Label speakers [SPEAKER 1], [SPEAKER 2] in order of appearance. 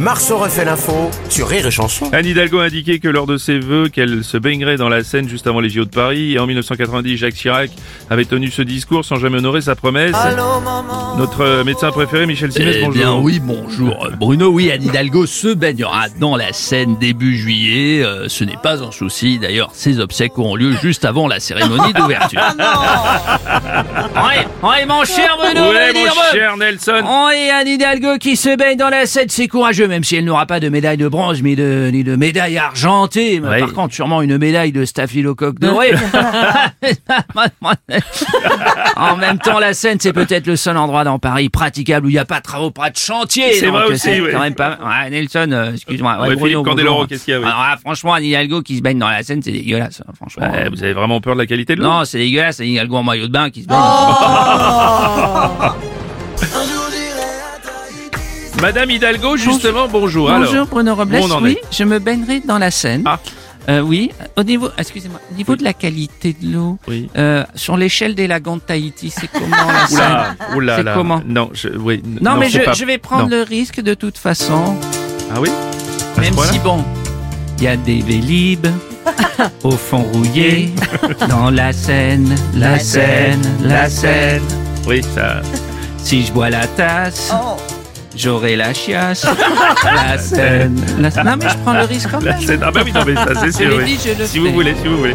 [SPEAKER 1] Marceau refait l'info sur Rire et Chanson.
[SPEAKER 2] Anne Hidalgo a indiqué que lors de ses vœux, qu'elle se baignerait dans la Seine juste avant les JO de Paris. Et en 1990, Jacques Chirac avait tenu ce discours sans jamais honorer sa promesse. Notre euh, médecin préféré, Michel Simès,
[SPEAKER 3] Eh
[SPEAKER 2] bonjour.
[SPEAKER 3] bien oui, bonjour euh, Bruno, oui, Anne Hidalgo se baignera dans la Seine début juillet, Euh, ce n'est pas un souci, d'ailleurs ses obsèques auront lieu juste avant la cérémonie d'ouverture. ouais, ouais, mon cher Bruno,
[SPEAKER 2] Ouais,
[SPEAKER 3] Valdirbe.
[SPEAKER 2] mon cher Nelson.
[SPEAKER 3] Oh, et Anne Hidalgo qui se baigne dans la Seine, c'est courageux, même si elle n'aura pas de médaille de bronze, mais de, ni de médaille argentée. Mais
[SPEAKER 2] Ouais.
[SPEAKER 3] Par contre, sûrement une médaille de staphylocoque doré. en même temps, la Seine, c'est peut-être le seul endroit dans Paris praticable où il n'y a pas de travaux, pas de chantier.
[SPEAKER 2] C'est
[SPEAKER 3] Donc,
[SPEAKER 2] vrai
[SPEAKER 3] euh,
[SPEAKER 2] aussi,
[SPEAKER 3] c'est
[SPEAKER 2] ouais.
[SPEAKER 3] quand même pas... Ouais, Nelson, euh, excuse-moi.
[SPEAKER 2] Ouais,
[SPEAKER 3] Bruno,
[SPEAKER 2] Philippe
[SPEAKER 3] bonjour.
[SPEAKER 2] Candeloro, qu'est-ce qu'il y a, oui.
[SPEAKER 3] Alors là, franchement, Anne Hidalgo qui se baigne dans la Seine, c'est dégueulasse, hein, franchement.
[SPEAKER 2] Ouais, bah, vous avez vraiment peur de la qualité de l'eau
[SPEAKER 3] Non, c'est dégueulasse, Anne Hidalgo en maillot de bain qui se baigne.
[SPEAKER 2] Madame Hidalgo, justement, bonjour.
[SPEAKER 3] Bonjour
[SPEAKER 2] Alors,
[SPEAKER 3] Bruno Robles,
[SPEAKER 2] où on en
[SPEAKER 3] oui,
[SPEAKER 2] est
[SPEAKER 3] je me baignerai dans la Seine.
[SPEAKER 2] Ah.
[SPEAKER 3] Euh, oui, au niveau, excusez-moi, au niveau de la qualité de l'eau,
[SPEAKER 2] Oui.
[SPEAKER 3] euh, sur l'échelle des lagons de Tahiti, c'est comment la Seine
[SPEAKER 2] Oula, oula,
[SPEAKER 3] C'est
[SPEAKER 2] là.
[SPEAKER 3] comment
[SPEAKER 2] Non, je, oui, n-
[SPEAKER 3] Non, mais
[SPEAKER 2] c'est
[SPEAKER 3] je,
[SPEAKER 2] pas-
[SPEAKER 3] je vais prendre
[SPEAKER 2] non.
[SPEAKER 3] le risque de toute façon,
[SPEAKER 2] Ah oui À ce
[SPEAKER 3] même
[SPEAKER 2] point-là
[SPEAKER 3] si bon, il y a des vélib au fond rouillé dans la Seine, la Seine, la Seine.
[SPEAKER 2] Ah. Oui, ça.
[SPEAKER 3] Si je bois la tasse, j'aurai la chiasse, la Seine, la Seine. Non mais je prends le risque quand
[SPEAKER 2] la
[SPEAKER 3] même.
[SPEAKER 2] scène- Ah bah oui, non, mais ça, c'est
[SPEAKER 3] Je
[SPEAKER 2] sûr.
[SPEAKER 3] l'ai
[SPEAKER 2] oui.
[SPEAKER 3] dit, je le
[SPEAKER 2] Si vous
[SPEAKER 3] fais.
[SPEAKER 2] voulez, si vous voulez.